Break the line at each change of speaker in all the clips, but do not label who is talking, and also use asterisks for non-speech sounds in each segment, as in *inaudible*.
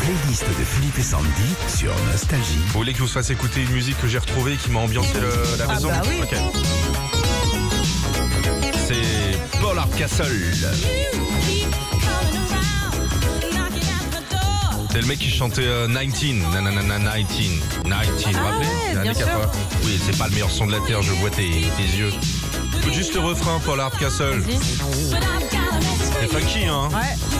playlist de Philippe et Sandy sur Nostalgie.
Vous voulez que je vous fasse écouter une musique que j'ai retrouvée et qui m'a ambiancé le- la
Ah
maison
bah oui.
Ok. C'est Paul Hardcastle. C'est le mec qui chantait euh, 19, nanana 19, 19, vous vous
Ah
rappelez
ouais,
Les années
bien sûr.
80. Oui, c'est pas le meilleur son de la terre, je vois tes, tes yeux. Écoute Juste le refrain, Paul Hardcastle. C'est funky, hein
Ouais.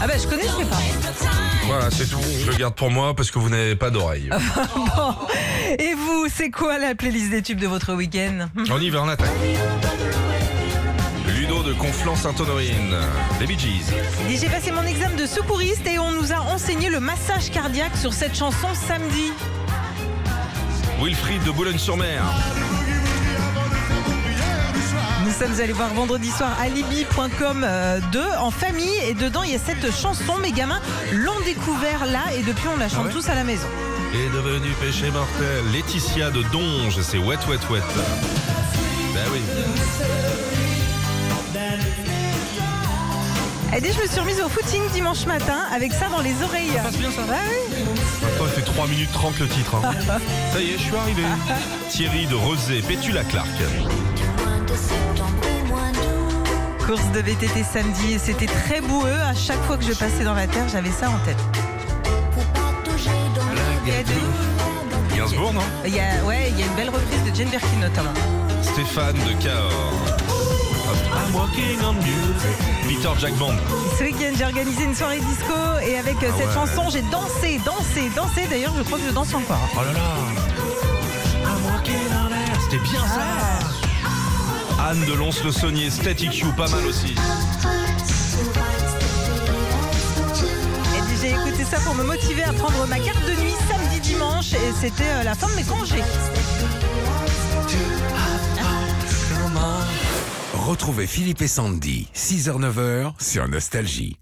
Ah bah je connais, je sais pas.
Voilà, c'est tout. Je le garde pour moi parce que vous n'avez pas
*laughs*
d'oreille.
Et vous, c'est quoi la playlist des tubes de votre week-end hmm
On y va, on attaque. Ludo de Conflans-Sainte-Honorine. Les Bee Gees.
Dis, J'ai passé mon examen de secouriste et on nous a enseigné le massage cardiaque sur cette chanson samedi.
Wilfried de Boulogne-sur-Mer.
Nous sommes allés voir vendredi soir alibi.com 2 euh, en famille et dedans il y a cette chanson. Mes gamins l'ont découvert là et depuis on la chante
Ah ouais
tous à la maison.
Est devenu péché mortel. Laetitia de Donge. C'est Wet Wet Wet. Ben oui.
Et dès que Eh je me suis remise au footing dimanche matin avec ça dans les oreilles. Ah Ça bien ça
Maintenant, il fait 3 minutes 30 le titre. hein. Ça y est, je suis arrivé. Thierry de Rosé, Pétula Clark.
Course de VTT samedi et c'était très boueux. À chaque fois que je passais dans la terre, j'avais ça en tête.
Gainsbourg, non
Il y a, ouais, il y a une belle reprise de Jane Birkin notamment.
Stéphane de Cahors. I'm walking on music. Peter Jack Band.
Ce week-end, j'ai organisé une soirée disco et avec euh, cette
ouais.
chanson, j'ai dansé, dansé, dansé. D'ailleurs, je crois que je danse encore.
Oh là là I'm walking on air. C'était bien ça Anne de Lons-le-Saunier, Static You, pas mal aussi.
Et puis, j'ai écouté ça pour me motiver à prendre ma carte de nuit samedi, dimanche et c'était euh, la fin de mes congés.
Retrouvez Philippe et Sandy, 6h-9h sur Nostalgie.